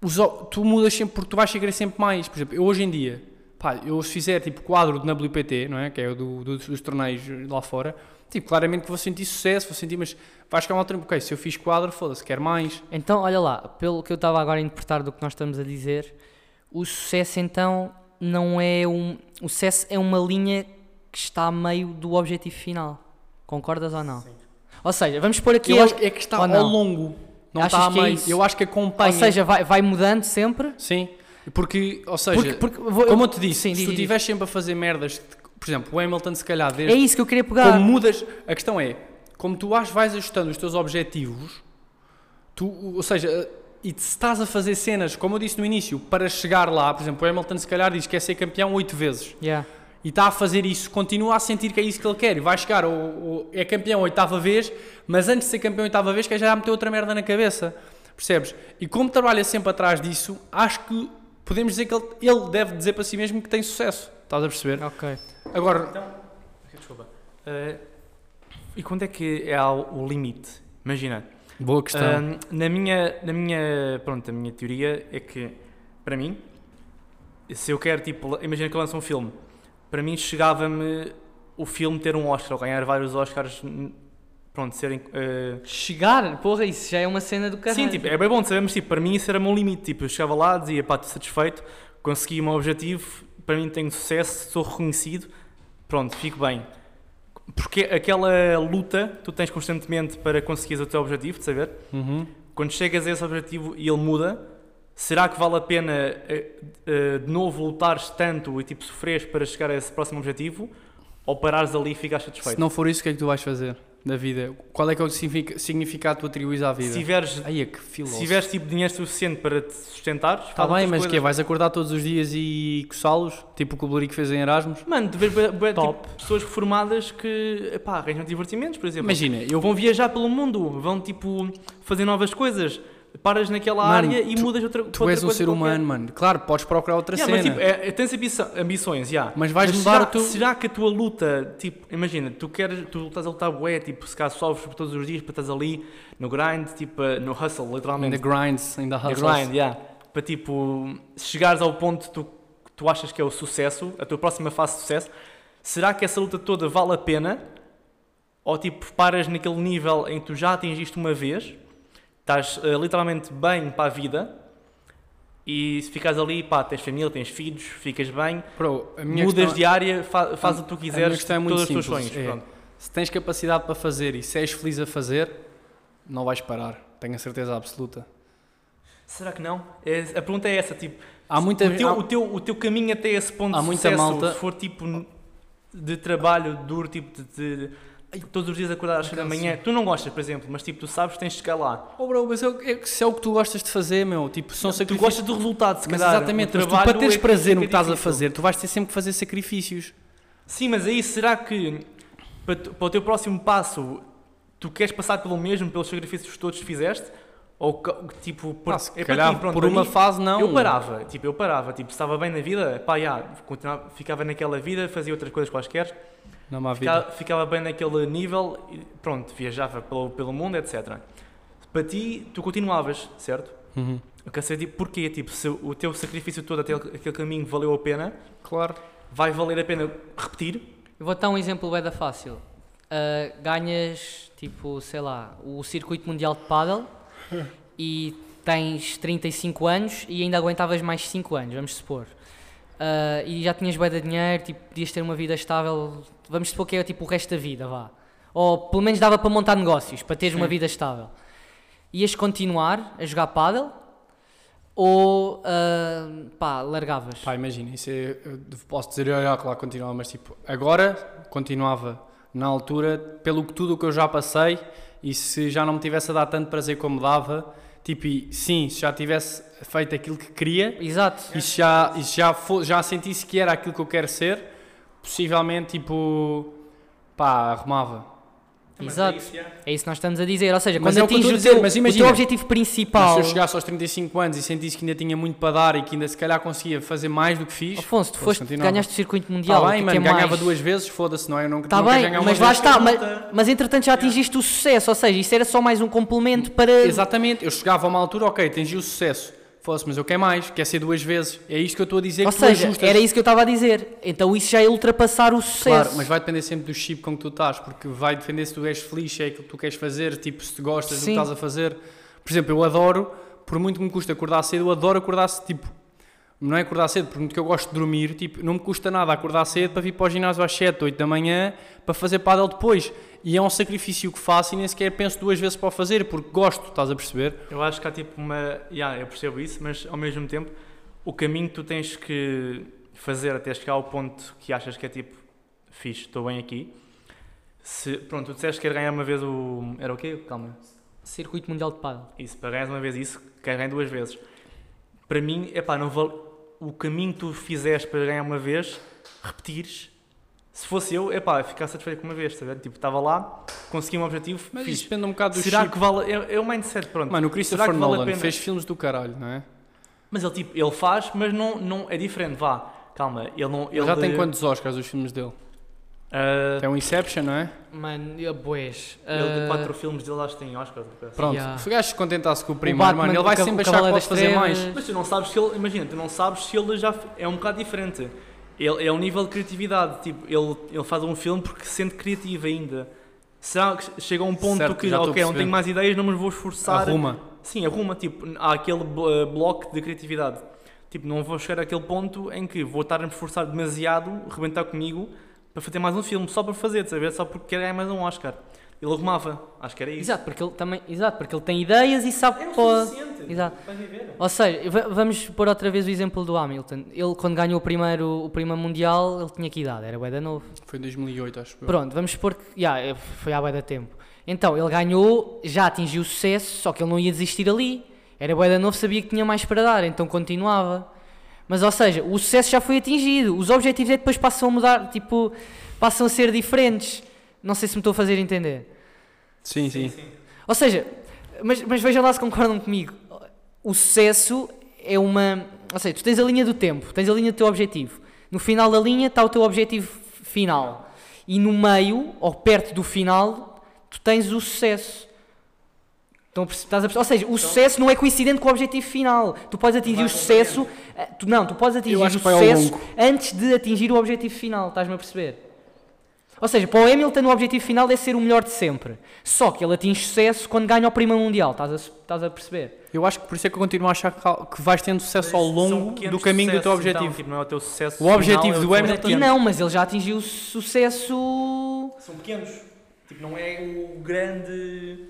os o- tu mudas sempre porque tu vais querer sempre mais. Por exemplo, eu hoje em dia, pá, eu se fizer tipo quadro de WPT, não é? Que é o do, do- dos torneios lá fora, tipo, claramente que vou sentir sucesso, vou sentir, mas vais chegar uma altura, em que, ok, se eu fiz quadro, foda-se, quero mais. Então, olha lá, pelo que eu estava agora a interpretar do que nós estamos a dizer, o sucesso então não é um. O sucesso é uma linha que está a meio do objetivo final. Concordas ou não? Ou seja, vamos pôr aqui. eu a- acho que é que está ou ao não? longo, não Achas está a que é meio. isso? eu acho que acompanha. Ou seja, vai, vai mudando sempre. sim, porque, ou seja, Porque, porque vou- como eu te disse, Sim, se tu diz, diz, diz. estiveres sempre a fazer merdas, por exemplo, o Hamilton, se calhar, desde É isso que eu queria pegar. Como mudas, a questão é, como tu as vais ajustando os teus objetivos, tu, ou seja, e se estás a fazer cenas, como eu disse no início, para chegar lá, por exemplo, o Hamilton se calhar diz que quer ser campeão oito vezes Yeah. e está a fazer isso, continua a sentir que é isso que ele quer e vai chegar, ou, ou é campeão a oitava vez, mas antes de ser campeão a oitava vez, quer já meter outra merda na cabeça, percebes? E como trabalha sempre atrás disso, acho que podemos dizer que ele, ele deve dizer para si mesmo que tem sucesso, estás a perceber? Ok. Agora, Desculpa. Eh, e quando é que é ao- o limite? Imagina, boa Ahm, na minha, na minha, pronto, a minha teoria é que, para mim, se eu quero, tipo, la- imagina que eu lanço um filme, para mim chegava-me o filme ter um Oscar, ou ganhar vários Oscars, n- pronto, serem... eh, Chegar, porra, isso já é uma cena do caralho. Sim, tipo, é bem bom de sabermos, tipo, para mim isso era o meu limite, tipo, eu chegava lá, dizia, pá, estou satisfeito, consegui o meu objetivo, para mim tenho sucesso, sou reconhecido, pronto, fico bem. Porque aquela luta que tu tens constantemente para conseguires o teu objetivo, de saber, Uhum. quando chegas a esse objetivo e ele muda, será que vale a pena eh, eh, de novo lutares tanto e tipo sofreres para chegar a esse próximo objetivo? Ou parares ali e ficares Se satisfeito? não for isso, o que é que tu vais fazer da vida? Qual é que é o significa- significado que tu atribuis à Se vida? tiveres, Aí é que filósofo. se tiveres tipo dinheiro suficiente para te sustentares, Está faz Tá bem, outras mas o quê? coisas. Vais acordar todos os dias e coçá-los? Tipo o que o Blurico fez em Erasmus? Mano, tu vês bué- bué, Top. tipo, pessoas reformadas que pá, arranjam divertimentos, por exemplo. Imagina, eu vou... Vão viajar pelo mundo, vão tipo fazer novas coisas, paras naquela Mano, área e mudas outra, para Tu outra és um coisa ser qualquer. humano, mano. Claro, podes procurar outra Yeah, cena. mas tipo, é, é- tens ambição- ambições, yeah. Mas vais mudar será, o teu- será que a tua luta, tipo, imagina, tu queres, tu estás a lutar bué, tipo, se cá sofres por todos os dias para estás ali no grind, tipo, eh, no hustle, Ainda literalmente. grinds, ainda No hustles. grind, yeah. Para tipo, se chegares ao ponto de tu que tu achas que é o sucesso, a tua próxima fase de sucesso, será que essa luta toda vale a pena? Ou tipo, paras naquele nível em que tu já atingiste uma vez, estás eh, literalmente bem para a vida, e se ficares ali, pá, tens família, tens filhos, ficas bem, Bro, a minha mudas questão- de área, fa faz o que tu minha quiseres, questão é muito todas as tuas simples, sonhos. é. Pronto. Se tens capacidade para fazer e se és feliz a fazer, não vais parar. Tenho a certeza absoluta. Será que não? É- a pergunta é essa, tipo, Há muita o, teu, há- o, teu, o teu caminho até esse ponto Há de muita sucesso, malta- se for tipo n- de trabalho duro, tipo de, de- todos os dias acordar às 6 da manhã, tu não gostas, por exemplo, mas tipo, tu sabes que tens de chegar lá. Oh, bro, mas é, o- é, que- se é o que tu gostas de fazer, meu. Tipo, são Tu sacrifícios. gostas do resultado, se Mas calhar. exatamente, o mas tu, trabalho para teres é que prazer no que fica estás a difícil. fazer, tu vais ter sempre que fazer sacrifícios. Sim, mas aí será que para, tu- para o teu próximo passo tu queres passar pelo mesmo, pelos sacrifícios todos que fizeste? Ou ca- tipo, por, Ah, se é para calhar ti, pronto, por para uma mim, fase não. Eu parava, tipo, eu parava, tipo, estava bem na vida, pá, já, continuava, ficava naquela vida, fazia outras coisas quaisquer, Não há vida. ficava, ficava bem naquele nível e pronto, viajava pelo, pelo mundo, etc. Para ti, tu continuavas, certo? Uhum. Eu quero saber, tipo, porquê, tipo, se o teu sacrifício todo até aquele aquele caminho valeu a pena, Claro. vai valer a pena repetir? Eu vou dar um exemplo bem da fácil. Ah, ganhas, tipo, sei lá, o circuito mundial de paddle e tens 35 anos e ainda aguentavas mais 5 anos, vamos supor. Ah, e já tinhas bem de dinheiro, tipo, podias ter uma vida estável, vamos supor que é tipo o resto da vida, vá. Ou pelo menos dava para montar negócios, para teres uma vida estável. Ias continuar a jogar paddle ou, ah, pá, largavas? Pá, imagina, isso é, eu posso dizer, olha, claro, continuava, mas tipo, agora continuava na altura, pelo que tudo o que eu já passei, e se já não me tivesse a dar tanto prazer como dava, tipo, e sim, se já tivesse feito aquilo que queria, Exato. e se já, e se já, fo- já sentisse que era aquilo que eu quero ser, possivelmente, tipo, pá, arrumava. Exato. É isso que nós estamos a dizer. Ou seja, Mas quando é o que eu estou a atinges o, dizer, teu- mas o imagina, teu objetivo Mas principal. se eu chegasse aos 35 anos e sentisse que ainda tinha muito para dar e que ainda se calhar conseguia fazer mais do que fiz, Afonso, tu Pois, foste, continuava. ganhaste o circuito mundial. está Tá o que bem, é mano, mais? ganhava duas vezes, foda-se, não é? Eu nunca, Está nunca bem, ganhar uma mas vez. lá está. Mas, mas entretanto já atingiste o sucesso. Ou seja, isso era só mais um complemento para. Exatamente, eu chegava a uma altura, ok, atingi o sucesso. Fosse, mas eu quero mais, quero ser duas vezes. É isto que eu estou a dizer Ou que tu seja, ajustas. era isso que eu estava a dizer. Então isso já é ultrapassar o Claro, sucesso. mas vai depender sempre do chip com que tu estás, porque vai depender se tu és feliz, se é aquilo que tu queres fazer, tipo, se tu gostas do que Sim. estás a fazer. Por exemplo, eu adoro, por muito que me custa acordar cedo, eu adoro acordar cedo, tipo, não é acordar cedo, por muito que eu gosto de dormir, tipo, não me custa nada acordar cedo para vir para o ginásio às 7, 8 da manhã, para fazer paddle depois. E é um sacrifício que faço e nem sequer penso duas vezes para o fazer, porque gosto, estás a perceber? Eu acho que há tipo uma. Yeah, eu percebo isso, mas ao mesmo tempo, o caminho que tu tens que fazer até chegar ao ponto que achas que é tipo, fixe, estou bem aqui. Se, pronto, tu disseste que quer ganhar uma vez o. Era o quê? Calma. Circuito mundial de paddle. Isso, para ganhar uma vez isso, quer ganhar duas vezes. Para mim, é pá, não vale. O caminho que tu fizeste para ganhar uma vez, repetires. Se fosse eu, é pá, ficar satisfeito com uma vez, sabe? Tipo, estava lá, consegui um objetivo, Mas isso fiz. depende um bocado do Será chip. que vale. É, é o mindset, pronto. Mano, o Christopher Será que vale a Nolan pena? fez filmes do caralho, não é? Mas ele tipo, ele faz, mas não, não é diferente, vá. Calma, ele não. Ele Ele já tem quantos Oscars os filmes dele? Ah, Tem um Inception, não é? Mano, eu- boés. ele de Ah, quatro filmes dele acho que tem Oscar. Pronto, Yeah. se o gajo se contentasse com o primeiro, Batman, mano, ele o vai Ca- sempre o né? achar que pode Cavaleiro das fazer mais. Trevas. Mas tu não sabes se ele. Imagina, tu não sabes se ele já. É um bocado diferente. Ele é um nível de criatividade. Tipo, ele, ele faz um filme porque se sente criativo ainda. Será que chega a um ponto Certo, que, já estou a ok, não perceber. tenho mais ideias, não me vou Ah, esforçar. Arruma. Sim, arruma, tipo, há aquele eh, bloco de criatividade. Tipo, não vou chegar àquele ponto em que vou estar a me esforçar demasiado, rebentar comigo, para fazer mais um filme, só para fazer, sabe? Só porque quer ganhar mais um Oscar. Ele arrumava, acho que era isso. Exato, porque ele também. Exato, porque ele tem ideias e sabe que pode. Exato. Ou seja, va- vamos pôr outra vez o exemplo do Hamilton. Ele, quando ganhou o primeiro, o primeiro Mundial, ele tinha que idade? Era bué da novo. Foi em 2008, acho eu. Pronto, vamos supor que. Ya, eh, foi há bué da tempo. Então, ele ganhou, já atingiu o sucesso, só que ele não ia desistir ali. Era bué da novo, sabia que tinha mais para dar, então continuava. Mas, ou seja, o sucesso já foi atingido. Os objetivos é que depois passam a mudar, tipo, passam a ser diferentes. Não sei se me estou a fazer entender. Sim, sim. Ou seja, mas, mas vejam lá se concordam comigo. O sucesso é uma. Ou seja, tu tens a linha do tempo, tens a linha do teu objetivo. No final da linha está o teu objetivo final. E no meio, ou perto do final, tu tens o sucesso. Estão a perce- estás a perce- Ou seja, o sucesso não é coincidente com o objetivo final. Tu podes atingir o sucesso. eh, tu- não, tu podes atingir Eu o acho que vai ao sucesso longo. antes de atingir o objetivo final, estás-me a perceber? Ou seja, para o Hamilton o objetivo final é ser o melhor de sempre. Só que ele atinge sucesso quando ganha o primeiro mundial, estás a, estás a perceber? Eu acho que por isso é que eu continuo a achar que- que vais tendo sucesso É ao longo do caminho do teu objetivo. não é o teu sucesso. O objetivo do Hamilton- E não, mas ele já atingiu o sucesso. São pequenos. Tipo, não é o grande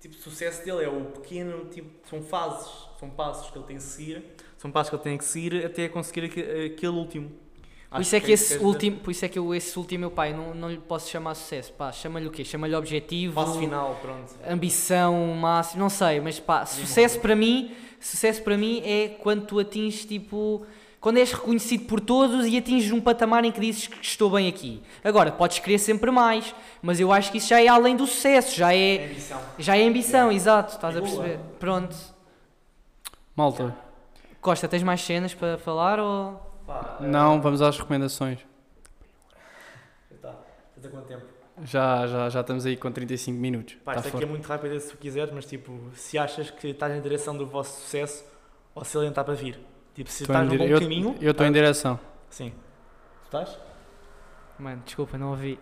tipo, sucesso dele, é o pequeno. Tipo, são fases, são passos que ele tem que seguir. São passos que ele tem que seguir até conseguir aque- aquele último. Por Acho isso, é que esse esta- último, por isso é que eu, esse último, meu pai, não, não lhe posso chamar sucesso. Pá, chama-lhe o quê? Chama-lhe objetivo. Passo final, pronto. ambição máximo, não sei, mas pá, sucesso para mim, sucesso para mim é quando tu atinges tipo, quando és reconhecido por todos e atinges um patamar em que dizes que estou bem aqui. Agora, podes querer sempre mais, mas eu acho que isso já é além do sucesso, já É a é, missão. já é ambição, exato, estás a É boa. perceber? Pronto. Malta, Costa, tens mais cenas para falar ou Pá, eh, não, vamos às recomendações. já Tá. Tens a quanto tempo? Já, já, já estamos aí com 35 minutos. Pá, Tá isto aqui fora. é muito rápido se tu quiseres, mas tipo, se achas que estás na direção do vosso sucesso ou se ele ainda está para vir. Tipo, se Tô estás em no dire- bom eu- caminho. tá. Eu estou em direção. Sim. Tu estás? Mano, desculpa, não ouvi.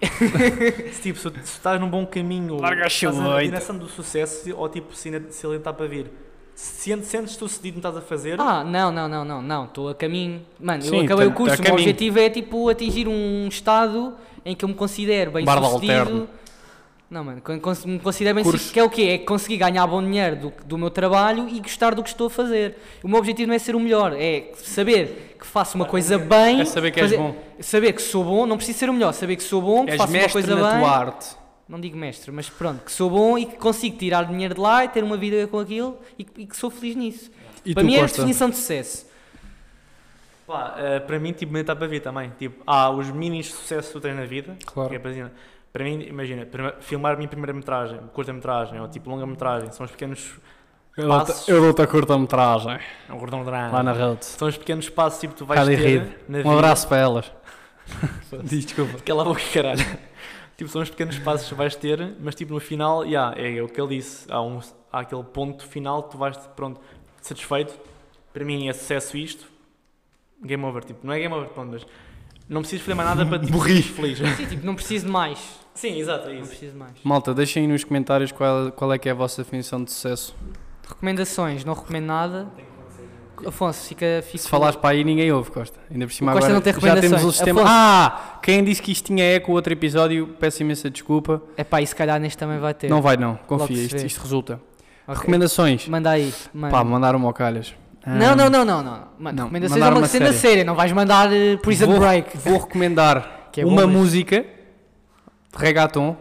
Se, tipo, se, se estás num bom caminho, Larga a estás na chuleta. direção do sucesso, se- ou tipo, se, ainda- se ele está para vir, se sentes tu cedido não estás a fazer, Ah, não, não, não, não, não, estou a caminho. Mano, eu Sim, acabei o tá- tá a curso, o meu caminho. objetivo é tipo atingir um estado em que eu me considero bem Barba sucedido. alterno. Não, mano, con- cons- me considero bem Curso. sucedido, que é o quê? É conseguir ganhar bom dinheiro do, do meu trabalho e gostar do que estou a fazer. O meu objetivo não é ser o melhor, é saber que faço uma coisa bem. É saber que és fazer- bom. Saber que sou bom, não preciso ser o melhor, saber que sou bom, que És faço uma mestre coisa na bem. tua arte. Não digo mestre, mas pronto, que sou bom e que consigo tirar dinheiro de lá e ter uma vida com aquilo e, que- e que sou feliz nisso. E Para tu, mim é a Costa? definição de sucesso. pá, eh, para mim, tipo, ainda está para vir também. Tipo, há os mini sucessos que tu tens na vida, Claro. que é, para- imagina, para mim, imagina, prima- filmar a minha primeira-metragem, curta-metragem, ou tipo, longa-metragem, são os pequenos. Eu dou-te- dou-te eu dou a curta-metragem É um gordão Ah. drama. lá na Rhodes. São os pequenos passos tipo, que tu vais Cádiz ter Reed. na vida. Um abraço para elas. Diz, desculpa. Cala a boca, caralho. tipo, são os pequenos passos que vais ter, mas tipo, no final, já, é o que ele disse. Há, um, há aquele ponto final que tu vais, pronto, satisfeito. Para mim é sucesso isto. Game over, tipo, não é game over, pronto, mas não preciso fazer mais nada para tipo, Morri. ser feliz. Sim, tipo, não preciso de mais. Sim, exato, é Não isso. preciso de mais. Malta, deixem aí nos comentários qual, qual é que é a vossa definição de sucesso. Recomendações, não recomendo nada. Afonso, fica. fica Se falares para aí, ninguém ouve, Costa. Ainda por cima O Costa agora não tem já temos o recomendações. sistema. Afonso. Ah! Quem disse que isto tinha eco o outro episódio, peço imensa desculpa. É pá, e se calhar neste também vai ter. Não vai não, Logo confia, se isto, vê. isto resulta. Ok. Recomendações. Manda aí. Manda. Pá, mandaram-me ao calhas. não, Ahm, não, não, não, não. Mano, não, recomendações é mandar uma uma cena séria. série. não vais mandar eh, Prison Vou- Break. Vou recomendar Que é bom, uma mas- música de reggaeton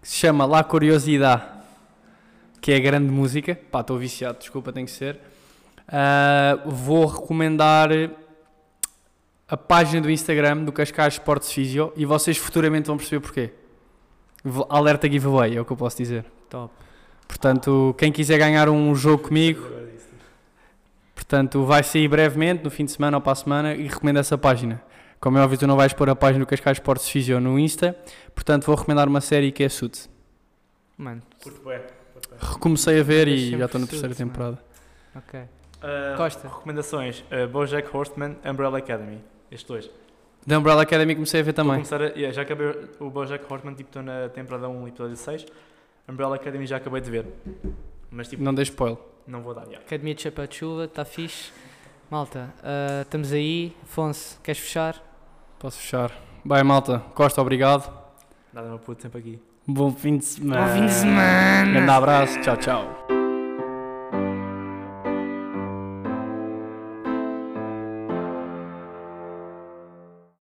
que se chama La Curiosidade, que é grande música. Pá, estou viciado, desculpa, tem que ser. Ah, vou recomendar a página do Instagram do Cascais Sports Physio e vocês futuramente vão perceber porquê. Vou- Alerta giveaway, é o que eu posso dizer. Top. Portanto, quem quiser ganhar um jogo comigo, portanto, vai sair brevemente, no fim de semana ou para a semana, e recomendo essa página. Como é óbvio, tu não vais pôr a página do Cascais Sports Physio no Insta, portanto, vou recomendar uma série que é Suits. Mano, Curto bem. Recomecei a ver Mas e sempre já estou na terceira Suits, mano. temporada. ok. Ah, é? Costa. Recomendações: ah, Bojack Horseman, Umbrella Academy. Estes dois. Vou Da Umbrella Academy comecei a ver também. Começar a, yeah, já acabei o Bojack Horseman, tipo, estou na temporada 1, episódio 6. Umbrella Academy já acabei de ver. Mas tipo, Não dei spoiler. não vou dar, yeah. Academia de Chapéu de Chuva, está fixe. Malta, ah, estamos aí. Afonso, queres fechar? Posso fechar. Bem, malta. Costa, obrigado. Nada, meu puto, sempre aqui. Bom fim de semana. Bom fim de semana. Grande abraço. Tchau, tchau.